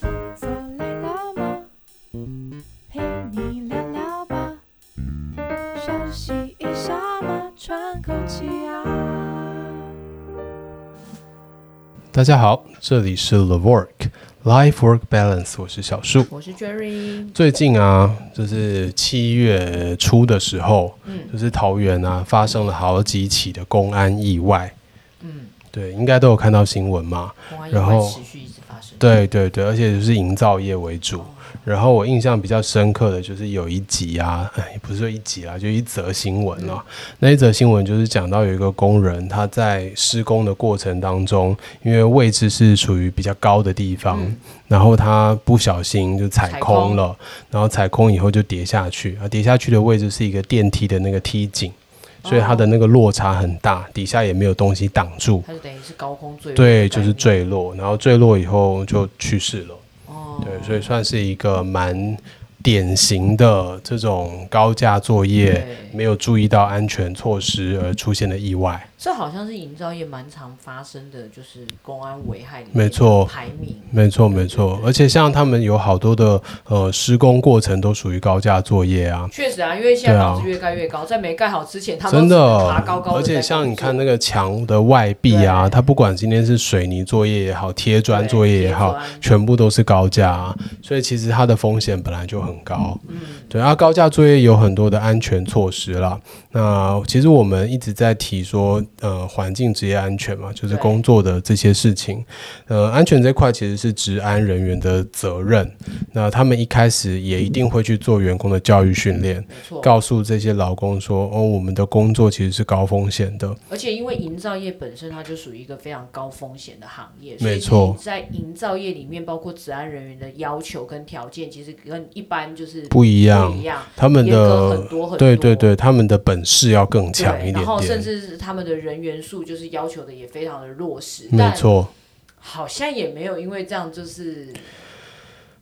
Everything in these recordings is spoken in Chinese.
坐累了吗？陪你聊聊吧，休息一下嘛，喘口气啊。大家好，这里是 The Work Life Work Balance，我是小树。我是 Jerry，最近啊，就是七月初的时候，就是桃园啊发生了好几起的公安意外，嗯，对，应该都有看到新闻嘛。公安意然外后持续一直发生，对对对，而且就是营造业为主。然后我印象比较深刻的就是有一集啊， 哎也不是说一集啊，就一则新闻啊。那一则新闻就是讲到有一个工人，他在施工的过程当中，因为位置是处于比较高的地方，然后他不小心就踩嗯踩空空了，然后踩空以后就跌下去，啊，跌下去的位置是一个电梯的那个梯井，所以它的哦那个落差很大，底下也没有东西挡住，他就等于是高空坠落的概对，念，就是坠落，然后坠落以后就去世了。哦，对，所以算是一个蛮典型的这种高价作业对没有注意到安全措施而出现的意外。这好像是营造业蛮常发生的，就是公安危害里面没错的排名，没错，没错，而且像他们有好多的呃施工过程都属于高价作业啊，确实啊，因为现在对啊房子越盖越高，在没盖好之前，他们真的都只能爬高高。的，而且像你看那，个墙的外壁啊，对它不管今天是水泥作业也好，贴砖对作业也贴好砖，全部都是高价、啊，所以其实它的风险本来就很高。嗯，对啊，高价作业有很多的安全措施啦。那其实我们一直在提说，呃，环境职业安全嘛，就是对工作的这些事情。呃，安全这块其实是职安人员的责任。那他们一开始也一定会去做员工的教育训练，没错，告诉这些劳工说：“哦，我们的工作其实是高风险的，而且因为营造业本身它就属于一个非常高风险的行业，所没以其错实在营造业里面，包括治安人员的要求跟条件，其实跟一般就是不一样不一样，他们严格很的多很多，对对对，他们的本事要更对强一点然后甚点，至是他们的人员数就是要求的也非常的落实，没但错。”好像也没有因为这样就是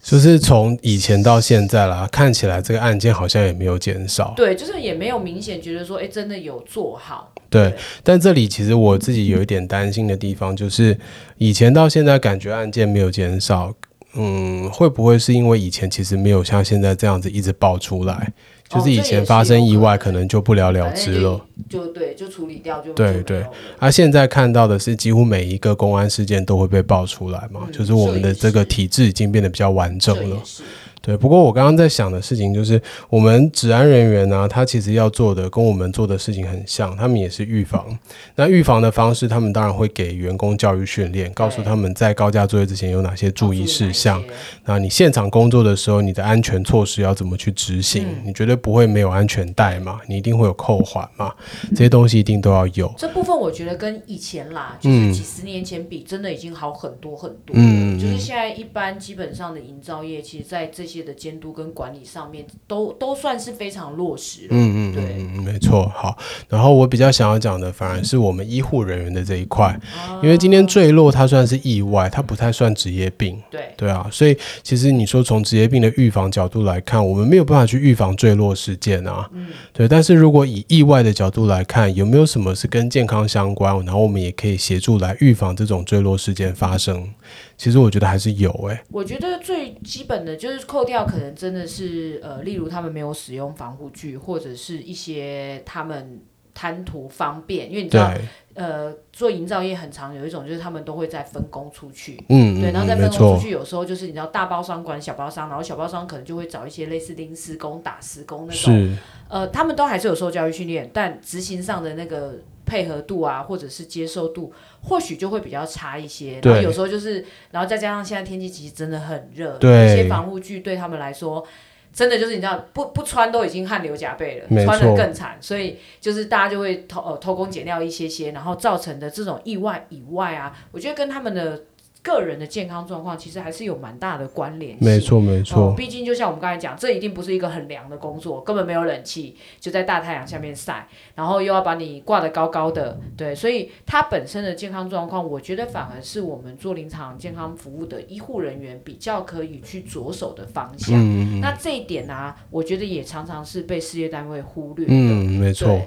就是从以前到现在啦，看起来这个案件好像也没有减少，对，就是也没有明显觉得说，哎，真的有做好，对对。但这里其实我自己有一点担心的地方，就是以前到现在感觉案件没有减少，嗯，会不会是因为以前其实没有像现在这样子一直爆出来，就哦是以这也前是发生有意可外能哎可能就不了了反之正就了。就对，就处理掉就对就没对有了啊，现在看到的是几乎每一个公安事件都会被爆出来嘛，嗯就是我们的这个体制已经变得比较完整这了也。是哦对，不过我刚刚在想的事情就是，我们治安人员呢、他其实要做的跟我们做的事情很像，他们也是预防。那预防的方式，他们当然会给员工教育训练，告诉他们在高价作业之前有哪些注意事项哪。一些那你现场工作的时候，你的安全措施要怎么去执行？你绝对不会没有安全带嘛，你一定会有扣环嘛，这些东西一定都要有。这部分我觉得跟以前啦，就是几十年前比，真的已经好很多很多。嗯就是现在一般基本上的营造业，其实在这些的监督跟管理上面，都都算是非常落实了。嗯嗯对嗯嗯，没错。好，然后我比较想要讲的，反而是我们医护人员的这一块，哦因为今天坠落它算是意外，它不太算职业病。对，对啊，所以其实你说从职业病的预防角度来看，我们没有办法去预防坠落事件啊。嗯，对。但是如果以意外的角度来看，有没有什么是跟健康相关，然后我们也可以协助来预防这种坠落事件发生？其实我觉得还是有诶、我觉得最基本的就是扣掉，可能真的是呃，例如他们没有使用防护具，或者是一些他们贪图方便，因为你知对道，，呃，做营造业很常有一种就是他们都会在分工出去，嗯，对，嗯然后再嗯没分工错出，去，有时候就是你知道大包商管小包商，然后小包商可能就会找一些类似临时工、打时工那种，是，呃，他们都还是有受教育训练，但执行上的那个配合度啊，或者是接受度，或许就会比较差一些。然后对有时候就是，然后再加上现在天气其实真的很热，对一些防护具对他们来说。真的就是你知道不不穿都已经汗流浃背没了，错穿的更惨，所以就是大家就会偷呃偷工减料一些些，然后造成的这种意外以外啊，我觉得跟他们的个人的健康状况其实还是有蛮大的关联性。没错，没哦错，毕竟就像我们刚才讲，这一定不是一个很凉的工作，根本没有冷气，就在大太阳下面晒，然后又要把你挂得高高的，对，所以它本身的健康状况，我觉得反而是我们做临场健康服务的医护人员比较可以去着手的方向。嗯嗯那这一点呢、啊，我觉得也常常是被事业单位忽略的。嗯，没对，错。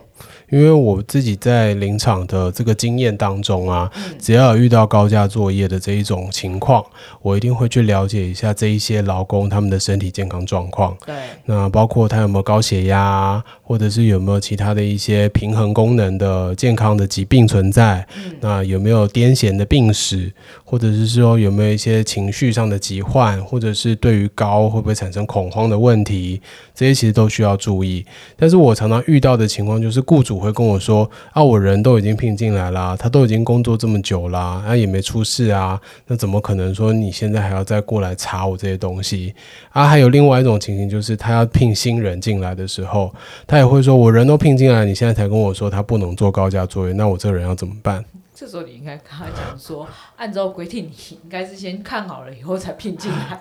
因为我自己在临场的这个经验当中啊，只要有遇到高价作业的这一种情况，我一定会去了解一下这一些劳工他们的身体健康状况。对，那包括他有没有高血压啊，或者是有没有其他的一些平衡功能的健康的疾病存在？那有没有癫痫的病史，或者是说有没有一些情绪上的疾患，或者是对于高会不会产生恐慌的问题？这些其实都需要注意。但是我常常遇到的情况就是，雇主会跟我说：“啊，我人都已经聘进来啦，他都已经工作这么久啦，他、也没出事啊，那怎么可能说你现在还要再过来查我这些东西？”啊，还有另外一种情形，就是他要聘新人进来的时候，他也会说：“我人都聘进来，你现在才跟我说他不能做高价作业，那我这个人要怎么办这时候你应该跟他讲说， 按照规定，你应该是先看好了以后才聘进来。？”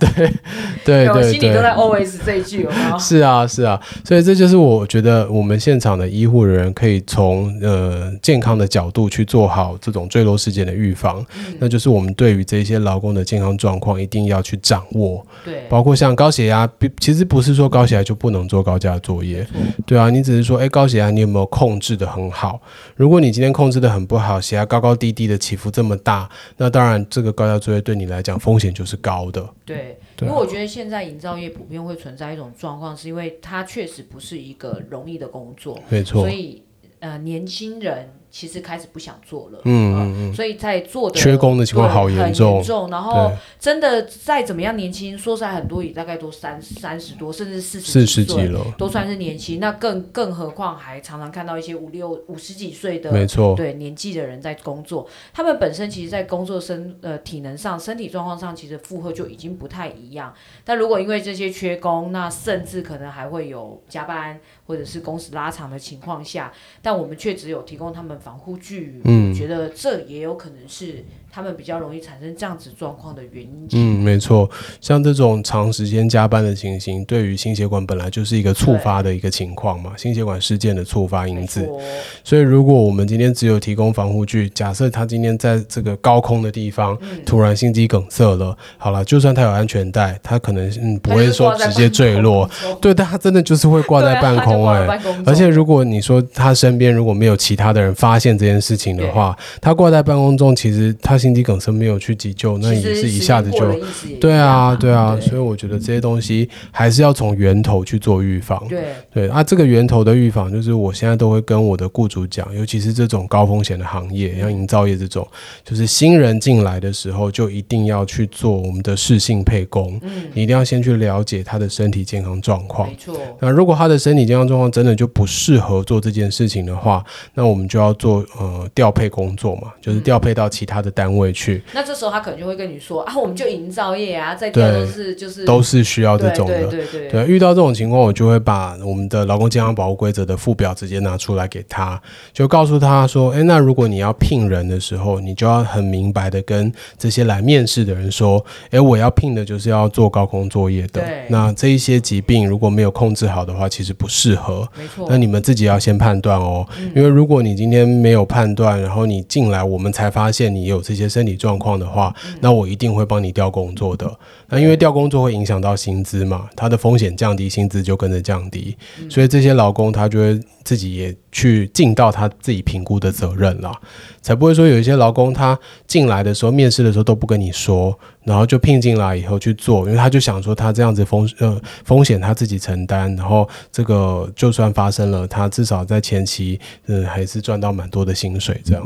对我对心里都在对， OS 这一句，有没 有？是啊是啊，所以这就是我觉得我们现场的医护人员可以从呃健康的角度去做好这种坠落事件的预防，嗯那就是我们对于这些劳工的健康状况一定要去掌握，对，包括像高血压，并其实不是说高血压就不能做高价作业，没错对啊，你只是说，哎，高血压你有没有控制的很好？如果你今天控制的很不好，血压高高低低的起伏这么大，那当然这个高压作业对你来讲风险就是高的。对，对因啊为我觉得现在营造业普遍会存在一种状况，是因为它确实不是一个容易的工作，没错所，以呃，年轻人其实开始不想做了，啊嗯嗯嗯，所以在做的缺工的情况好对严很重严重，然后对，真的再怎么样年轻，说实在很多也大概都三三十多，甚至四四十十几岁了，都算是年轻，那更更何况还常常看到一些五六五十几岁的没错，对年纪的人在工作，他们本身其实，在工作身呃体能上、身体状况上，其实负荷就已经不太一样。但如果因为这些缺工，那甚至可能还会有加班或者是工时拉长的情况下，但我们却只有提供他们防护具，嗯我觉得这也有可能是他们比较容易产生这样子状况的原因之一。嗯，没错。像这种长时间加班的情形，对于心血管本来就是一个触发的一个情况嘛，心血管事件的触发因没子。错，所以，如果我们今天只有提供防护具，假设他今天在这个高空的地方嗯突然心肌梗塞了，好了，就算他有安全带，他可能嗯不会说直接坠落，嗯对，但他真的就是会挂啊挂在半空哎、办公而且，中如果你说他身边如果没有其他的人发现这件事情的话，他挂在半空中，其实他心肌梗塞没有去急救，那也其实是一时下间子过了就意思也一嗯对样啊，嘛对啊，对所以我觉得这些东西还是要从源头去做预防。对。对啊，这个源头的预防，就是我现在都会跟我的雇主讲，尤其是这种高风险的行业，像营造业这种，就是新人进来的时候，就一定要去做我们的适性配工，你一定要先去了解他的身体健康状况嗯没。错，那如果他的身体健康状况真的就不适合做这件事情的话，那我们就要做呃调配工作嘛，嗯就是调配到其他的单位去，那这时候他可能就会跟你说啊，我们就营造业啊，在跳都是就是都是需要这种的。对对对对对，遇到这种情况，我就会把我们的劳工健康保护规则的附表直接拿出来给他，就告诉他说：“诶，那如果你要聘人的时候，你就要很明白的跟这些来面试的人说：，诶，我要聘的就是要做高空作业的对。那这一些疾病如果没有控制好的话，其实不适合。没错。那你们自己要先判断哦，因为如果你今天没有判断，然后你进来我们才发现你有这些身体状况的话，那我一定会帮你调工作的。那因为调工作会影响到薪资嘛，它的风险降低，薪资就跟着降低，所以这些劳工他就会自己也去尽到他自己评估的责任啦，才不会说有一些劳工他进来的时候面试的时候都不跟你说，然后就聘进来以后去做，因为他就想说他这样子风呃风险他自己承担，然后这个就算发生了，他至少在前期嗯还是赚到蛮多的薪水这样。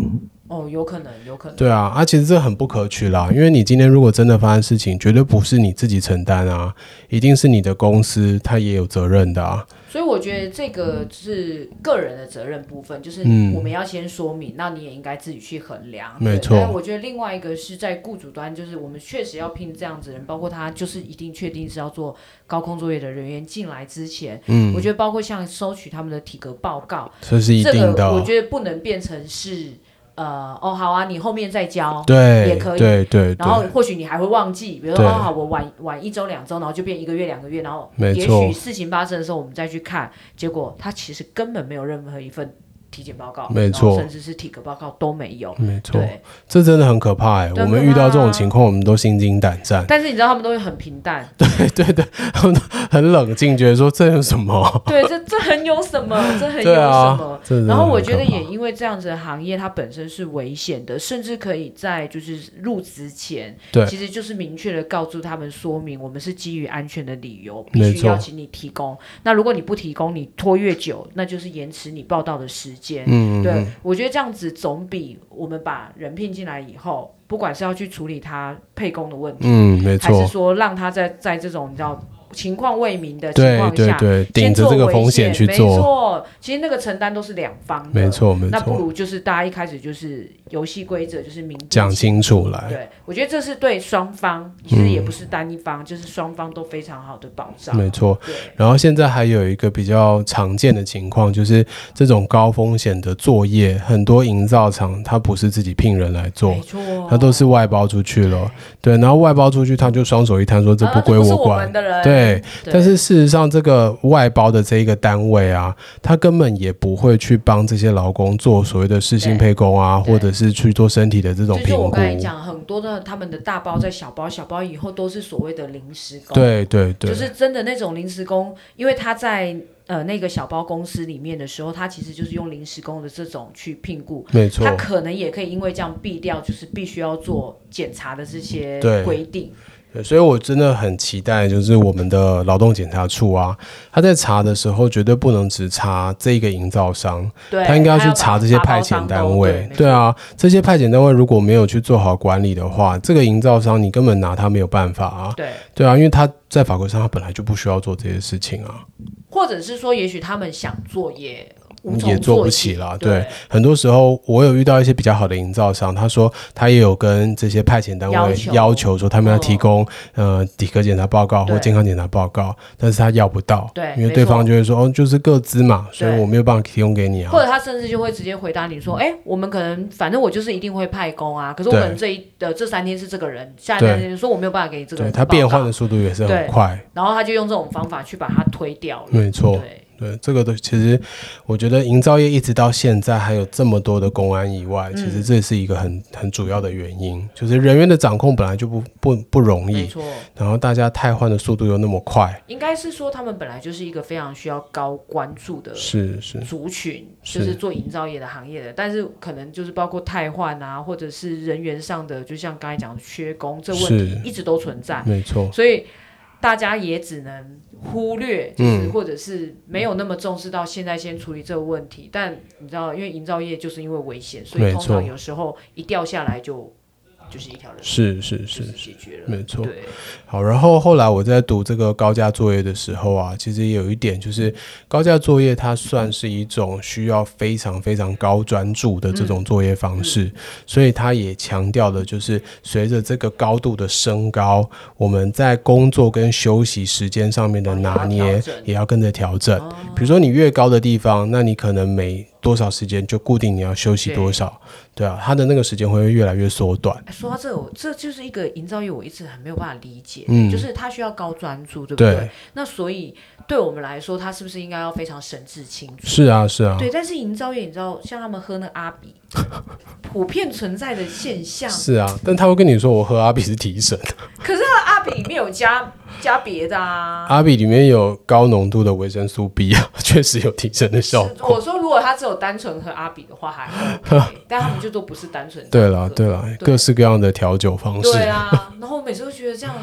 哦，有可能，有可能。对啊，啊，其实这很不可取啦，因为你今天如果真的发生事情，绝对不是你自己承担啊，一定是你的公司他也有责任的啊。所以我觉得这个是个人的责任部分，就是嗯我们要先说明，那你也应该自己去衡量。没对错但我觉得另外一个是在雇主端，就是我们确实要聘这样子的人，包括他就是一定确定是要做高空作业的人员进来之前，嗯我，觉得包括像收取他们的体格报告，这是一这定的个我哦。觉得不能变成是呃哦好啊，你后面再交。对也可以对对然后对，或许你还会忘记，比如说对哦，好，我晚晚一周两周，然后就变一个月两个月，然后没也错许事情发生的时候我们再去看，结果他其实根本没有任何一份体检报告，没然后错甚至是体格报告都没有。没错，对，这真的很可怕哎、真的啊我们遇到这种情况，我们都心惊胆战， 但是你知道他们都会很平淡，对对对，他们都很冷静，觉得说这有什么？对，这这很有什么， 这很有对什啊么。，这真的然后我很觉可得怕也因为这样子的行业，它本身是危险的，甚至可以在就是入职前，对其实就是明确的告诉他们说明，我们是基于安全的理由，没必须要错请你提供。那如果你不提供，你拖越久，那就是延迟你报道的时间。嗯，嗯对嗯，我觉得这样子总比我们把人聘进来以后，不管是要去处理他配工的问题，嗯，没还是错，说让他在在这种你知道情况未明的情对况对下，对，顶先着做这个危风险去没做，错，其实那个承担都是两方的，没。错没嗯那不错，如就是大家一开始就是游戏规则就是明定讲清楚来，对，我觉得这是对双方，其实也嗯不是单一方，就是双方都非常好的保障。没错。对，然后现在还有一个比较常见的情况，就是这种高风险的作业，很多营造厂它不是自己聘人来做没，错，它都是外包出去了。对，然后外包出去，他就双手一摊说这啊不归是我管们。的人，对，但是事实上，这个外包的这一个单位啊，他根本也不会去帮这些劳工做所谓的适性对配工啊，对或者是去做身体的这种就评是我估刚。才讲，很多的他们的大包在小包，小包以后都是所谓的临时工，，对对对，就是真的那种临时工，因为他在呃那个小包公司里面的时候，他其实就是用临时工的这种去聘雇，没错他。可能也可以因为这样避掉，就是必须要做检查的这些对规定。对，所以我真的很期待，就是我们的劳动检查处啊，他在查的时候绝对不能只查这个营造商，对，他应该要还去把查这些把派包遣装单都位。对对啊，这些派遣单位如果没有去做好管理的话，这个营造商你根本拿他没有办法啊。对，对啊，因为他在法规上他本来就不需要做这些事情啊，或者是说，也许他们想做也无从也做不起起啦。对，对，很多时候我有遇到一些比较好的营造商，他说他也有跟这些派遣单要位求要求说他们要哦提供、呃体格检查报告或对健康检查报告，但是他要不到，对因为没对方错就会说哦就是各资嘛，所以对我没有办法提供给你啊或。者他甚至就会直接回答你说：“哎、我们可能反正我就是一定会派工啊，可是我对可能这一呃这三天是这个人，下对三天说我没有办法给你这个对人他变报告换的，速度也是很对快，然后他就用这种方法去把它推掉了。没错。对对，这个的其实我觉得营造业一直到现在还有这么多的公安以嗯外，其实这是一个很很主要的原因，就是人员的掌控本来就不不不容没易，错，然后大家汰换的速度又那么快，应该是说他们本来就是一个非常需要高关注的是是，族群，是就是做营造业的行业的，但是可能就是包括汰换啊，或者是人员上的，就像刚才讲的缺工这问题是嗯一直都存在，没错，所以大家也只能忽略，就是嗯或者是没有那么重视到现在先处理这个问题。但你知道，因为营造业就是因为危险，所以没通错常有时候一掉下来就就是一条人命是是就是是，解决了，没错。对，好，然后后来我在读这个高价作业的时候啊，其实也有一点就是嗯高价作业它算是一种需要非常非常高专注的嗯这种作业方式，所以它也强调的就是随着这个高度的升高，我们在工作跟休息时间上面的哦也要拿捏调整哦也要跟着调整。比如说你越高的地方，那你可能每多少时间就固定你要休息对多少，对啊，它的那个时间会越来越缩短。哎说到这个，我这就是一个营造业，我一直很没有办法理解，嗯就是它需要高专注，对不对，那所以对我们来说，它是不是应该要非常神志清楚？是啊，是啊，对，但是营造业，你知道，像他们喝那阿比，普遍存在的现象。是啊，但他会跟你说，我喝阿比是提神，可是他的阿比里面有加加别的啊。阿比里面有高浓度的维生素 B 啊， 确实有提神的效是我果。说，如果他只有单纯喝阿比的话还 OK，但他们就都不是单纯。对啦，对啦，各式各样的调酒方式。对啊，然后我每次都觉得这样，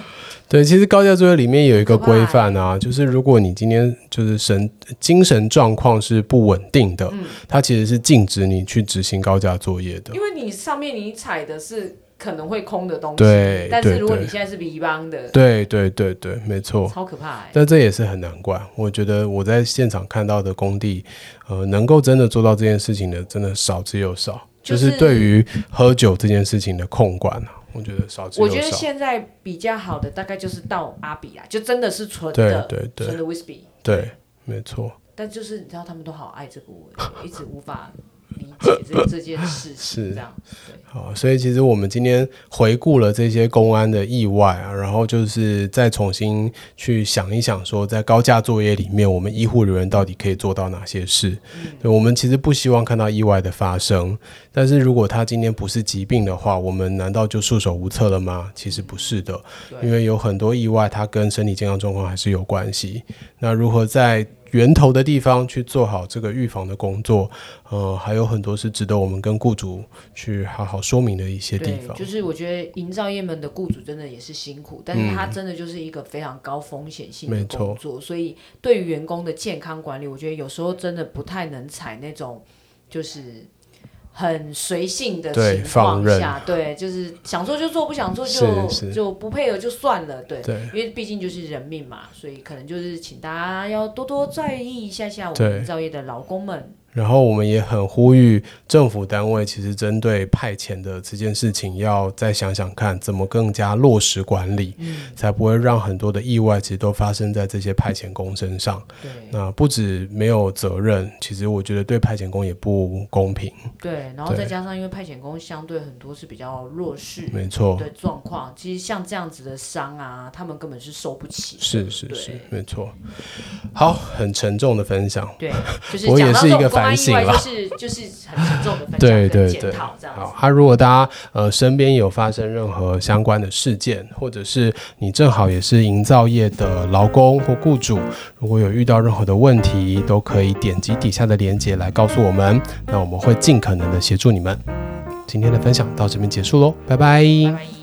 对，其实高价作业里面有一个规范啊，就是如果你今天就是神精神状况是不稳定的，它其实是禁止你去执行高价作业的嗯因。为你上面你踩的是可能会空的东西，对但对是如果你对现在是迷邦的，对对对对，没错。超可怕哎、但这也是很难怪，我觉得我在现场看到的工地，呃，能够真的做到这件事情的，真的少之又少。就就是是对于喝酒这件事情的控管啊，我觉得少之又我少。觉得现在比较好的大概就是到阿比啦，就真的是纯对的对对纯的 whisky，对，没错，但就是你知道他们都好爱这个，我一直无法理解这这件事 是情，这样对。好，所以其实我们今天回顾了这些公安的意外啊，然后就是再重新去想一想，说在高价作业里面，我们医护人员到底可以做到哪些事？嗯对，我们其实不希望看到意外的发生，但是如果他今天不是疾病的话，我们难道就束手无策了吗？其实不是的，对因为有很多意外，它跟身体健康状况还是有关系。那如何在源头的地方去做好这个预防的工作，呃，还有很多是值得我们跟雇主去好好说明的一些地对，方就。是我觉得营造业们的雇主真的也是辛苦，但是他真的就是一个非常高风险嗯性没的错工作，所以对于员工的健康管理，我觉得有时候真的不太能采那种就是很随性的对情放况任下，对，就是想做就做，不想做是就是就不配合就算了，对。对因为毕竟就是人命嘛，所以可能就是请大家要多多在意一下下我对们营造业的劳工们。然后我们也很呼吁政府单位，其实针对派遣的这件事情，要再想想看怎么更加落实管理，才不会让很多的意外其实都发生在这些派遣工身上。对，那不止没有责任，其实我觉得对派遣工也不公平。对，然后再对加上因为派遣工相对很多是比较弱势没错，的状况，其实像这样子的伤啊，他们根本是受不起。是是是对，没错。好，很沉重的分享。对，就是 我也讲到是这一种个公安反意省外，啦就是就是很沉重的分享对跟对对检讨这样好子。，他、如果大家呃身边有发生任何相关的事件，或者是你正好也是营造业的劳工或雇主，如果有遇到任何的问题，都可以点击底下的链接来告诉我们，那我们会尽可能的协助你们。今天的分享到这边结束喽，拜拜拜拜。